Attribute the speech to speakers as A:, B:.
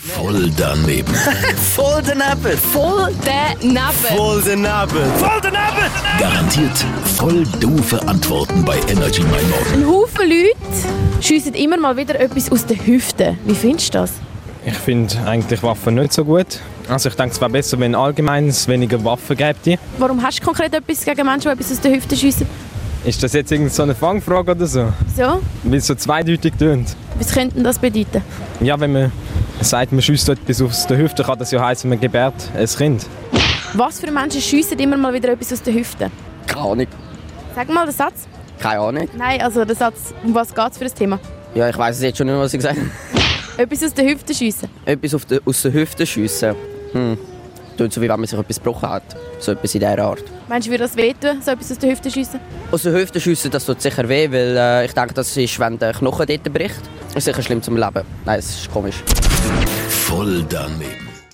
A: Voll daneben.
B: Voll daneben.
C: Voll daneben.
D: Voll daneben.
B: Voll daneben.
A: Garantiert voll doofe Antworten bei Energy Mein Morgen.
C: Ein Haufen Leute schiessen immer mal wieder etwas aus den Hüften. Wie findest du das?
D: Ich finde eigentlich Waffen nicht so gut. Also ich denke, es wäre besser, wenn allgemein es weniger Waffen gäbe.
C: Warum hast du konkret etwas gegen Menschen, die etwas aus den Hüften schiessen?
D: Ist das jetzt irgend so eine Fangfrage oder so?
C: Wieso?
D: Weil es so zweideutig tönt.
C: Was könnte denn das bedeuten?
D: Ja, wenn man sagt, man schiesst etwas aus der Hüfte, kann das ja heißen, man gebärt ein Kind.
C: Was für Menschen schiessen immer mal wieder etwas aus den Hüften?
E: Keine Ahnung.
C: Sag mal den Satz.
E: Keine Ahnung.
C: Nein, also den Satz, um was geht es für ein Thema?
E: Ja, ich weiß es jetzt schon nicht mehr, was ich gesagt habe.
C: Etwas aus den Hüften schiessen.
E: Etwas auf der, aus der Hüfte schiessen. Hm. Tut so, wie wenn man sich etwas gebrochen hat. So etwas in dieser Art.
C: Meinst du, würde das wehtun, so etwas aus den Hüften schiessen?
E: Aus der Hüfte schiessen, das tut sicher weh, weil äh, ich denke, das ist, wenn der Knochen dort bricht. Ist sicher schlimm zum Leben. Nein, es ist komisch.
A: Voll daneben.